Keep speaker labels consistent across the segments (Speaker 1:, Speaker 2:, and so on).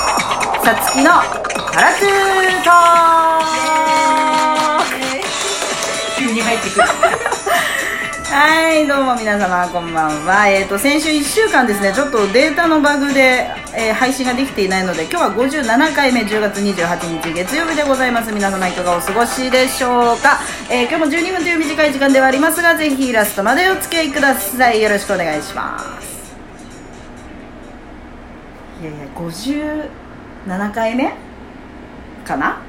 Speaker 1: さつきのカラツートーク
Speaker 2: 急に入ってくる
Speaker 1: はいどうも皆様こんばんは、えー、と先週1週間ですねちょっとデータのバグで、えー配信ができていないので今日は57回目10月28日月曜日でございます皆様いかがお過ごしでしょうか、えー今日も12分という短い時間ではありますがぜひラストまでお付き合いくださいよろしくお願いしますいやいや57回目かな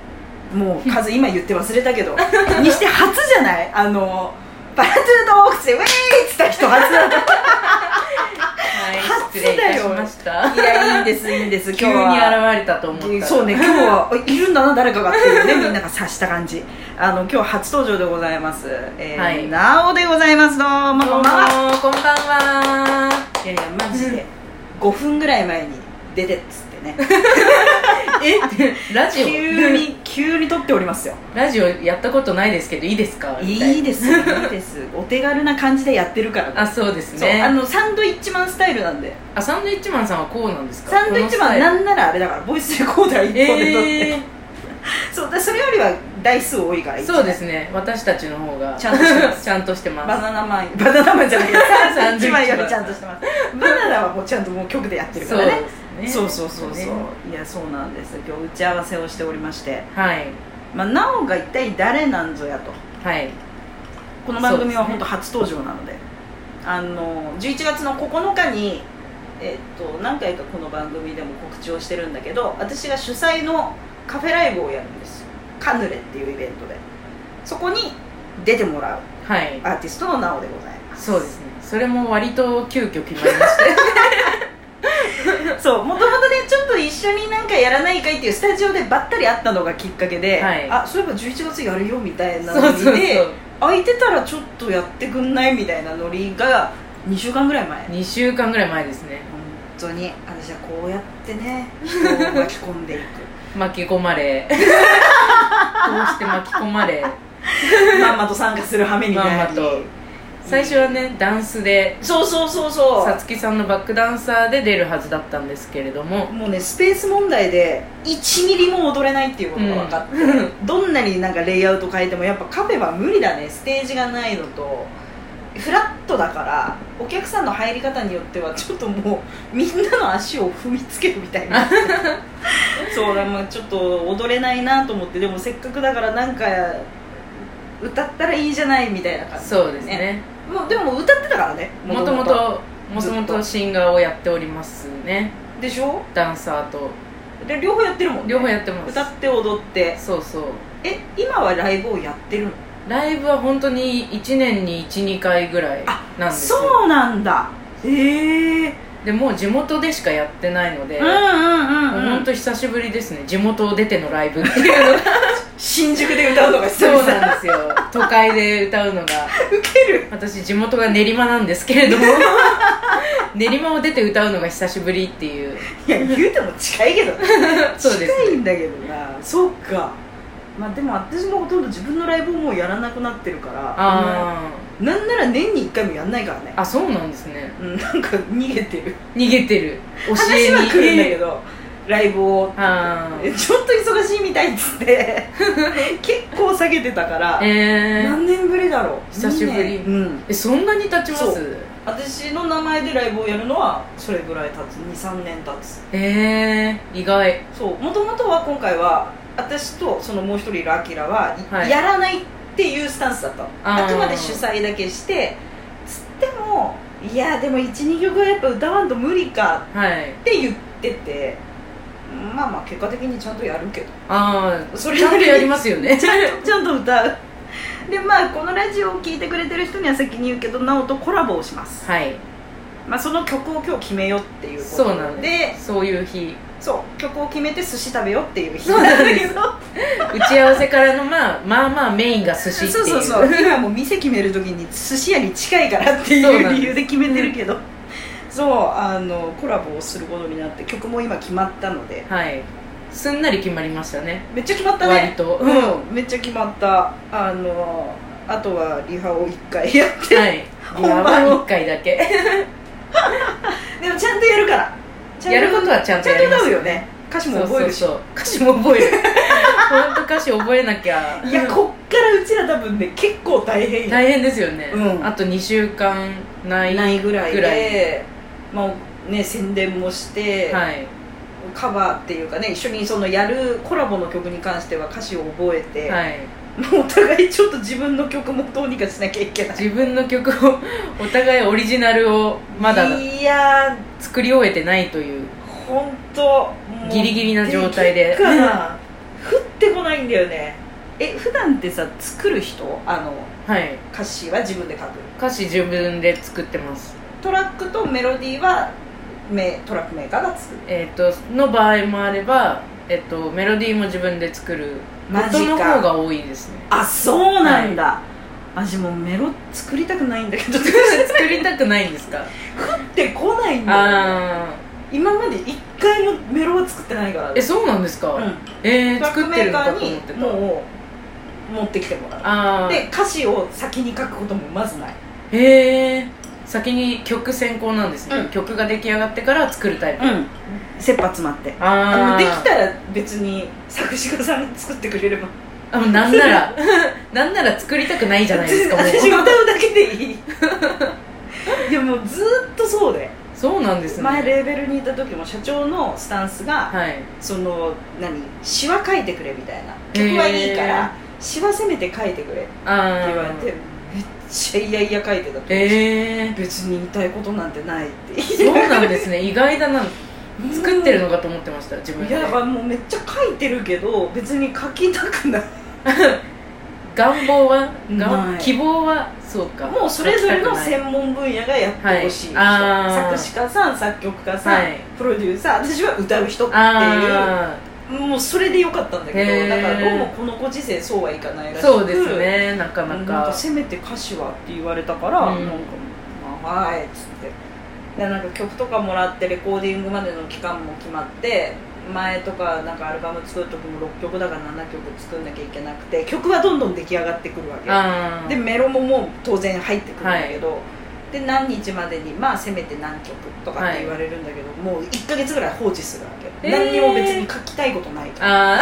Speaker 1: もう数今言って忘れたけ どにして初じゃないあのパラトゥートオークスでウェーイっつった人初だった
Speaker 2: はい失礼いたしました
Speaker 1: いやいいんですいいんです今日
Speaker 2: 急に現
Speaker 1: は
Speaker 2: れたと思ったら
Speaker 1: そうね今日はあいるんだな誰かがって いうねみんなが察した感じあの今日初登場でございます、えー
Speaker 2: はい
Speaker 1: なおでございますどうも
Speaker 2: ど
Speaker 1: こ
Speaker 2: うんも
Speaker 1: ばんはい
Speaker 2: こんばんはい
Speaker 1: やいやマジで5分ぐらい前に出てっつってね
Speaker 2: えラジオ
Speaker 1: 急に急に撮っておりますよ
Speaker 2: ラジオやったことないですけどいいですかみた
Speaker 1: いい
Speaker 2: な
Speaker 1: ですよいいですお手軽な感じでやってるからね
Speaker 2: あそうです
Speaker 1: そうあ
Speaker 2: ね
Speaker 1: のサンドイッチマンスタイルなんで
Speaker 2: あサンドイッチマンさんはこうなんですか
Speaker 1: サンドイッチマン
Speaker 2: な
Speaker 1: なんならあれだからボイスレコーダー1本で撮って、
Speaker 2: えー
Speaker 1: そうだそれよりは台数多いから
Speaker 2: そうですすね私たちの方が
Speaker 1: ちゃんとしてます
Speaker 2: ちゃんとしてます
Speaker 1: バナナマンバナナマンじゃない
Speaker 2: サンドイッチ
Speaker 1: 一
Speaker 2: マン
Speaker 1: 枚よりちゃんとしてますバナナはもうちゃんともう局でやってるか
Speaker 2: そう
Speaker 1: らね
Speaker 2: ですね
Speaker 1: そうそうそうそう、
Speaker 2: ね
Speaker 1: いやそうなんです今日打ち合わせをしておりまして、
Speaker 2: はい
Speaker 1: まあ、なおが一体誰なんぞやと
Speaker 2: はい
Speaker 1: この番組は
Speaker 2: そうで
Speaker 1: 本
Speaker 2: すね
Speaker 1: 当初登場なのであの11月の9日に、えっと何回かこの番組でも告知をしてるんだけど私が主催のカフェライブをやるんですよカヌレっていうイベントでそこに出てもらう
Speaker 2: はい
Speaker 1: アーティストのなおでございます
Speaker 2: そうですねそれも割と急遽決まりました
Speaker 1: そうもともとねちょっと一緒になんかやらないかいっていうスタジオでばったり会ったのがきっかけで、
Speaker 2: はい
Speaker 1: あそういえば11月やるよみたいな
Speaker 2: そ
Speaker 1: ノ
Speaker 2: う
Speaker 1: リで
Speaker 2: そうそう
Speaker 1: 空いてたらちょっとやってくんないみたいなノリが2週間ぐらい前
Speaker 2: 2週間ぐらい前ですね
Speaker 1: 本当に私はこうやってね人を巻き込んでい く
Speaker 2: 巻き込まれこうして巻き込まれ
Speaker 1: まんまと参加する羽目になり
Speaker 2: まんまと最初はねダンスで
Speaker 1: そうそうそうそ
Speaker 2: さつきさんのバックダンサーで出るはずだったんですけれども
Speaker 1: うもうねスペース問題で1ミリも踊れないっていうことが分かって、どんなになんかレイアウト変えてもやっぱカフェは無理だねステージがないのとフラットだからお客さんの入り方によってはちょっともうみんなの足を踏みつけるみたい なそうだまあちょっと踊れないなと思ってでもせっかくだからなんか歌ったらいいじゃないみたいな感じ
Speaker 2: そうですね
Speaker 1: もうでも歌ってたからね
Speaker 2: もともとも
Speaker 1: ずっ
Speaker 2: と
Speaker 1: と
Speaker 2: もとシンガーをやっておりますね
Speaker 1: でしょ
Speaker 2: ダンサーと
Speaker 1: で両方やってるもん、ね、
Speaker 2: 両方やってます
Speaker 1: 歌って踊って
Speaker 2: そうそう
Speaker 1: え今はライブをやってるの
Speaker 2: ライブは本当に1年に12回ぐらいなんですよ
Speaker 1: そうなんだへえ
Speaker 2: でもう地元でしかやってないので、
Speaker 1: うんうんうんう
Speaker 2: 本
Speaker 1: ん
Speaker 2: 当久しぶりですね地元を出てのライブっていうのが
Speaker 1: 新宿で歌うのが
Speaker 2: そ
Speaker 1: 久
Speaker 2: う
Speaker 1: 々
Speaker 2: なんですよ都会で歌うのが
Speaker 1: ウケる
Speaker 2: 私地元が練馬なんですけ れども練馬を出て歌うのが久しぶりっていう
Speaker 1: いや言うても近い けどね
Speaker 2: そうです
Speaker 1: 近いんだけどなそうかまあでも私もほとんど自分のライブをもうやらなくなってるから
Speaker 2: あ
Speaker 1: なんなら年に1回もやんないからね
Speaker 2: ーあそうなんですね
Speaker 1: うんなんか逃げてる
Speaker 2: 逃げてる教え
Speaker 1: 話
Speaker 2: に
Speaker 1: は来るんだけどライブを
Speaker 2: あ
Speaker 1: えちょっと忙しいみたいっつって 結構下げてたから
Speaker 2: ーえー、
Speaker 1: 何年ぶりだろう
Speaker 2: 久しぶり
Speaker 1: 二年うん
Speaker 2: えそんなに経ちま
Speaker 1: そ
Speaker 2: す
Speaker 1: 私の名前でライブをやるのはそれぐらい経つ23年経つ
Speaker 2: えー、意外
Speaker 1: そうもともとは今回は私とそのもう一人いるアキラは、
Speaker 2: はい
Speaker 1: やらないっていうスタンスだったの
Speaker 2: あー
Speaker 1: あくまで主催だけしてつってもいやでも12曲はやっぱ歌わんと無理か
Speaker 2: はい
Speaker 1: って言っててまあまあ結果的にちゃんとやるけど
Speaker 2: ああ
Speaker 1: それ
Speaker 2: ちゃんとやり
Speaker 1: す
Speaker 2: ますよね
Speaker 1: ちゃんとちゃんと歌うでまあこのラジオを聴いてくれてる人には先に言うけどなおとコラボをします
Speaker 2: はい
Speaker 1: まあ、その曲を今日決めようっていうこと
Speaker 2: そうなんですそういう日
Speaker 1: そう曲を決めて寿司食べようっていう日なんだけど
Speaker 2: 打ち合わせからのまあまあまあメインが寿司っていう
Speaker 1: そうそうそう今もう店決める時に寿司屋に近いからって
Speaker 2: そう
Speaker 1: い
Speaker 2: な
Speaker 1: うん
Speaker 2: です
Speaker 1: 理由で決めてるけどそうあのコラボをすることになって曲も今決まったので
Speaker 2: はいすんなり決まりましたね
Speaker 1: めっちゃ決まった
Speaker 2: 割
Speaker 1: ね
Speaker 2: と、は
Speaker 1: うんめっちゃ決まったあのあとはリハを1回やって
Speaker 2: い
Speaker 1: 本
Speaker 2: や
Speaker 1: 番を
Speaker 2: ばい1回だけ
Speaker 1: でもちゃんとやるからちゃんと
Speaker 2: やることはちゃんとやりま
Speaker 1: ちゃ
Speaker 2: す
Speaker 1: んと歌うよね歌詞も覚えるし
Speaker 2: そうそうそう歌詞も覚 える本当歌詞覚えなきゃ
Speaker 1: いやこっからうちら多分ね結構大変よ
Speaker 2: 大変ですよね、
Speaker 1: うん
Speaker 2: あと2週間ない
Speaker 1: ないぐらいで
Speaker 2: ぐらい
Speaker 1: まあね、宣伝もして、
Speaker 2: はい
Speaker 1: カバーっていうかね一緒にそのやるコラボの曲に関しては歌詞を覚えて、
Speaker 2: はい、
Speaker 1: もうお互いちょっと自分の曲もどうにかしなきゃいけない
Speaker 2: 自分の曲を お互いオリジナルをまだ
Speaker 1: いやー
Speaker 2: 作り終えてないという
Speaker 1: 本当
Speaker 2: ギリギリな状態で
Speaker 1: から降ってこないんだよねえ普段ってさ作る人あの
Speaker 2: はい
Speaker 1: 歌詞は自分で書く
Speaker 2: 歌詞自分で作ってます
Speaker 1: トラックとメロディーはめトラックメーカーが作る
Speaker 2: えっ、との場合もあればえっと、メロディーも自分で作るこ
Speaker 1: マジ
Speaker 2: との
Speaker 1: か
Speaker 2: 方が多いです ね
Speaker 1: あそうなんだ、私もうメロ作りたくないんだけ ど降
Speaker 2: 作りたくないんですか
Speaker 1: ってこないんだよ
Speaker 2: ああ
Speaker 1: 今まで一回もメロは作ってないから
Speaker 2: えそうなんですか、
Speaker 1: うん
Speaker 2: え
Speaker 1: ト
Speaker 2: ー、
Speaker 1: ラック
Speaker 2: 作
Speaker 1: メ
Speaker 2: ってる
Speaker 1: ー
Speaker 2: の
Speaker 1: カ
Speaker 2: か
Speaker 1: ー
Speaker 2: と思って
Speaker 1: に
Speaker 2: た
Speaker 1: もう持ってきてもらう
Speaker 2: ああ
Speaker 1: で歌詞を先に書くこともまずない
Speaker 2: へえ先に曲先行なんですね、
Speaker 1: うん
Speaker 2: 曲が出来上がってから作るタイプ、
Speaker 1: うん切羽詰まってあ
Speaker 2: あ
Speaker 1: の
Speaker 2: あ
Speaker 1: できたら別に作詞家さんが作ってくれれば
Speaker 2: あもうなんなら なんなら作りたくないじゃないで すかもう
Speaker 1: 私が歌うだけで いいいやもうずーっとそうで
Speaker 2: そうなんですね
Speaker 1: 前レーベルにいた時も社長のスタンスが、
Speaker 2: はい
Speaker 1: その何詩は書いてくれみたいな
Speaker 2: へー
Speaker 1: 曲はいいから詩はせめて書いてくれって
Speaker 2: ああ
Speaker 1: 言われてめっちゃいやいや書いてた時
Speaker 2: えー、
Speaker 1: 別に言いたいことなんてないって言
Speaker 2: そうなんです ね意外だな
Speaker 1: う
Speaker 2: 作ってるのかと思ってました自分
Speaker 1: い
Speaker 2: で
Speaker 1: やだからもうめっちゃ書いてるけど別に書きたくない
Speaker 2: 願望は
Speaker 1: な
Speaker 2: 願
Speaker 1: い
Speaker 2: 希望はそうか
Speaker 1: もうそれぞれの
Speaker 2: 書きたくない
Speaker 1: 専門分野がやってほしい人、
Speaker 2: はいあ
Speaker 1: 作
Speaker 2: ー
Speaker 1: 詞家さん作曲家さん、
Speaker 2: はい
Speaker 1: プロデューサー私は歌う人ってい
Speaker 2: あ
Speaker 1: うもうそれでよかったんだけ
Speaker 2: へ
Speaker 1: ど
Speaker 2: ー
Speaker 1: だからどうもこのご時世そうはいかないら
Speaker 2: あ
Speaker 1: しく
Speaker 2: そうですねなか
Speaker 1: な
Speaker 2: なんか
Speaker 1: かせめて歌詞はって言われたから、
Speaker 2: うん
Speaker 1: なんか「まあ、はい」っつってでなんか曲とかもらってレコーディングまでの期間も決まって前とかなんかアルバム作る時も6曲だから7曲作んなきゃいけなくて曲はどんどん出来上がってくるわけ
Speaker 2: ああ
Speaker 1: でメロももう当然入ってくるんだけど、で何日までにまあせめて何曲とかって言われるんだけど、もう1か月ぐらい放置するわけ、
Speaker 2: へー
Speaker 1: 何にも別に書きたいことないから
Speaker 2: あ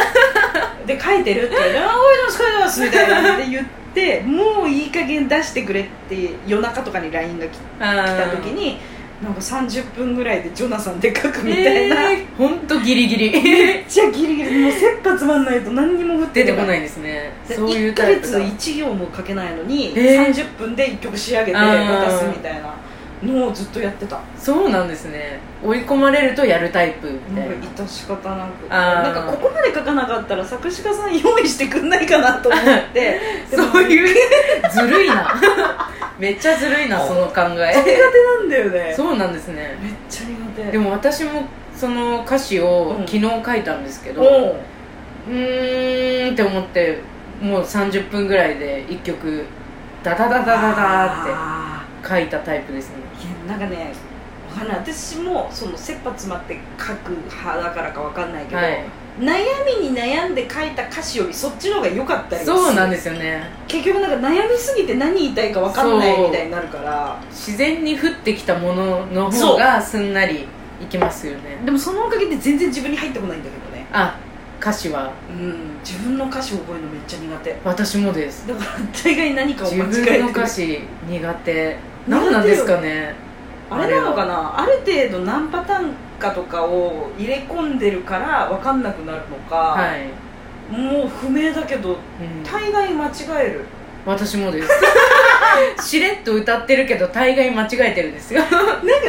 Speaker 1: で書いてるって 言って「ああおい どうすかいます」みたいなって言ってもういい加減出してくれって夜中とかに LINE が来
Speaker 2: ーあ
Speaker 1: た
Speaker 2: ー
Speaker 1: 時に、なんか30分ぐらいでジョナサンで書くみ
Speaker 2: み
Speaker 1: た
Speaker 2: た
Speaker 1: い
Speaker 2: い
Speaker 1: な、
Speaker 2: な本当ギリギリ
Speaker 1: めっちゃギリギリもう切羽詰まんないと何にも降って
Speaker 2: 出てこないいですねそうい
Speaker 1: 1
Speaker 2: う
Speaker 1: ヶ
Speaker 2: タイプ
Speaker 1: 月
Speaker 2: だ
Speaker 1: 1行も書けないのに、
Speaker 2: えー
Speaker 1: 30分で1曲仕上げて
Speaker 2: あー
Speaker 1: 渡すみたいなのをずっとやってた
Speaker 2: そうなんですね追い込まれるとやるタイプみた
Speaker 1: なんか
Speaker 2: いな
Speaker 1: 致し方なく
Speaker 2: あー
Speaker 1: なんかここまで書かなかったら作詞家さん用意してくんないかなと思ってでも
Speaker 2: そういうずるい なめっちゃずるいなその考
Speaker 1: 苦手
Speaker 2: え
Speaker 1: なんだよね
Speaker 2: そうなんですね
Speaker 1: めっちゃ苦手
Speaker 2: でも私もその歌詞を
Speaker 1: うん
Speaker 2: 昨日書いたんですけどう
Speaker 1: おう
Speaker 2: ーんって思ってもう30分ぐらいで1曲ダダダダダダーっ
Speaker 1: あ
Speaker 2: て書いたタイプですね
Speaker 1: ーいやなんかねわかんない私もその切羽詰まって書く派だからかわかんないけど、
Speaker 2: はい
Speaker 1: 悩みに悩んで書いた歌詞よりそっちの方が良かったり
Speaker 2: そうなんですすよね
Speaker 1: る結局なんか悩みすぎて何言いたいかわかんないみたいになるから
Speaker 2: 自然に降ってきたものの方がすんなりいきますよね
Speaker 1: でもそのおかげで全然自分に入ってこないんだけどね
Speaker 2: あ歌詞は
Speaker 1: うん自分の歌詞を覚えるのめっちゃ苦手
Speaker 2: 私もです
Speaker 1: だから大概何かを
Speaker 2: 自
Speaker 1: 間違えて
Speaker 2: 分
Speaker 1: る
Speaker 2: の歌詞苦手何なんですかね
Speaker 1: あれなのかなある程度何パターンかとかを入れ込んでるから分かんなくなるのか、
Speaker 2: はい、
Speaker 1: もう不明だけど
Speaker 2: うん
Speaker 1: 大概間違える
Speaker 2: 私もです しれっと歌ってるけど大概間違えてるんで すよ
Speaker 1: なんか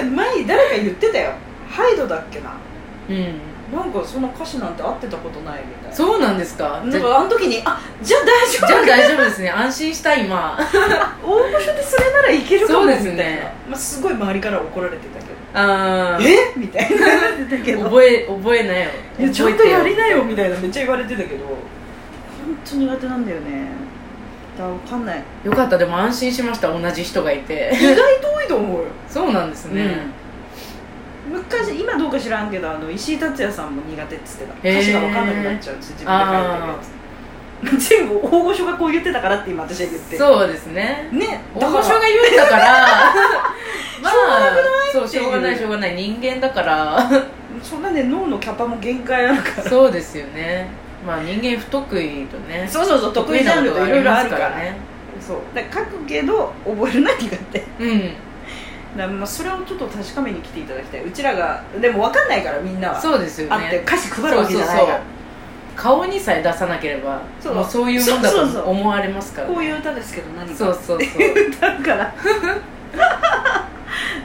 Speaker 1: 前に誰か言ってたよハイドだっけな
Speaker 2: うん
Speaker 1: なんかその歌詞なんて合ってたことないみたいな
Speaker 2: そうなんですかじ
Speaker 1: な
Speaker 2: ゃ
Speaker 1: んかあの時にあじゃあ大丈夫
Speaker 2: じゃあ大丈夫ですね安心した今
Speaker 1: 大御所でそれならいけるかも
Speaker 2: そう
Speaker 1: み
Speaker 2: です
Speaker 1: た
Speaker 2: ね
Speaker 1: いな、まあ、すごい周りから怒られてたけど
Speaker 2: あー
Speaker 1: えみたいなだけど
Speaker 2: 覚え覚えなよ
Speaker 1: いやちゃんとやりなよみ
Speaker 2: い
Speaker 1: たいなめっちゃ言われてたけど本当苦手なんだよねだから分かんない
Speaker 2: よかったでも安心しました同じ人がいて
Speaker 1: 意外と多いと思うよ
Speaker 2: そうなんですね、
Speaker 1: 昔今どうか知らんけどあの石井達也さんも苦手っつってた
Speaker 2: へー
Speaker 1: 歌詞が分かんなくなっちゃうっつって自分で書いてるやつ全部大御所がこう言ってたからって今私は言ってう
Speaker 2: そうですね
Speaker 1: ね
Speaker 2: 大御
Speaker 1: だか
Speaker 2: 所が
Speaker 1: ら
Speaker 2: 言うんだからまあ
Speaker 1: しょうがなくない
Speaker 2: そうしょうがないしょうがない人間だから
Speaker 1: そんなね脳のキャパも限界あるから
Speaker 2: そうですよねまあ人間不得意とね
Speaker 1: そうそうそう 得意ジ
Speaker 2: な
Speaker 1: ャンル
Speaker 2: ことと
Speaker 1: いろいろある
Speaker 2: りま
Speaker 1: から
Speaker 2: す
Speaker 1: ね
Speaker 2: ね
Speaker 1: そうだから書くけど覚えるな苦 手
Speaker 2: うん
Speaker 1: なまあ、それをちょっと確かめに来ていただきたいうちらがでも分かんないからみんなは
Speaker 2: そうですよ
Speaker 1: あって
Speaker 2: ね
Speaker 1: 歌詞配るわけじゃない
Speaker 2: そ
Speaker 1: か
Speaker 2: うそう
Speaker 1: ら
Speaker 2: そう顔にさえ出さなければ
Speaker 1: そう
Speaker 2: もうそういうもんだ
Speaker 1: そうそうそう
Speaker 2: と思われますから
Speaker 1: こういう歌ですけど何か
Speaker 2: そうそうそ
Speaker 1: だから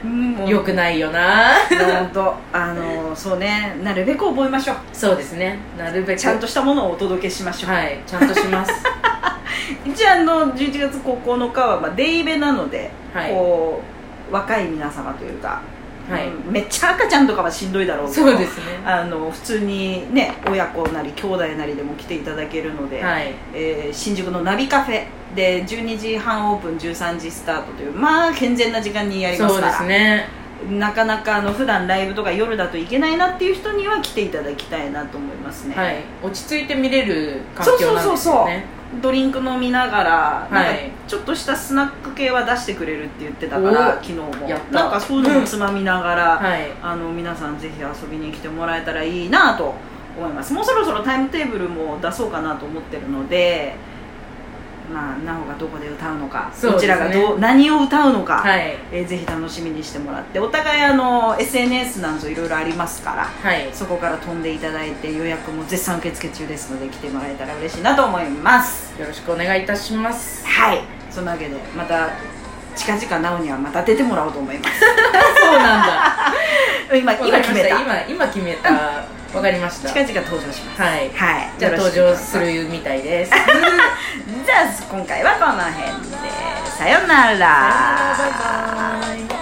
Speaker 1: うん も
Speaker 2: うよくないよな
Speaker 1: 本当 あのそうねなるべく覚えましょう
Speaker 2: そうですねなるべく
Speaker 1: ちゃんとしたものをお届けしましょう、
Speaker 2: はいちゃんとし ます
Speaker 1: 一応あの11月9日は、まあ、デイベなので、
Speaker 2: はい
Speaker 1: こう若い皆様というか、
Speaker 2: はい
Speaker 1: うんめっちゃ赤ちゃんとかはしんどいだろうけど
Speaker 2: そうですね
Speaker 1: あの普通にね親子なり兄弟なりでも来ていただけるので、
Speaker 2: はい
Speaker 1: えー新宿のナビカフェで12時半オープン13時スタートというまあ健全な時間にやります
Speaker 2: そう
Speaker 1: か
Speaker 2: で
Speaker 1: ら
Speaker 2: すね
Speaker 1: なかなかあの普段ライブとか夜だといけないなっていう人には来ていただきたいなと思いますね、
Speaker 2: はい落ち着いて見れる環境なん
Speaker 1: そうそうそうそ
Speaker 2: です
Speaker 1: う
Speaker 2: よね
Speaker 1: ドリンク飲みながら、
Speaker 2: い
Speaker 1: なんかちょっとしたスナック系は出してくれるって言ってたか
Speaker 2: お
Speaker 1: ら昨日も
Speaker 2: やった
Speaker 1: なんかそういうのもつまみながら、
Speaker 2: はい
Speaker 1: あの皆さんぜひ遊びに来てもらえたらいいなと思いますもうそろそろタイムテーブルも出そうかなと思ってるのでまあなおがどこで歌うのか、
Speaker 2: そう
Speaker 1: どち
Speaker 2: ですね
Speaker 1: らがどう何を歌うのか、
Speaker 2: はい
Speaker 1: えーぜひ楽しみにしてもらってお互いあの SNS なんぞいろいろありますから
Speaker 2: はい
Speaker 1: そこから飛んでいただいて予約も絶賛受付中ですので来てもらえたら嬉しいなと思います
Speaker 2: よろしくお願いいたします
Speaker 1: はいそんなわけでまた近々なおにはまた出てもらおうと思います
Speaker 2: そうなんだ
Speaker 1: 今
Speaker 2: わか
Speaker 1: 今
Speaker 2: り
Speaker 1: 決
Speaker 2: まし
Speaker 1: めた
Speaker 2: た今今決めたわかりました
Speaker 1: 近々登場します
Speaker 2: はい
Speaker 1: はい
Speaker 2: じゃあ
Speaker 1: よろしく
Speaker 2: 登場するみたいですさよ
Speaker 1: じゃあ今回はこの辺でさよなら
Speaker 2: ならバイバイ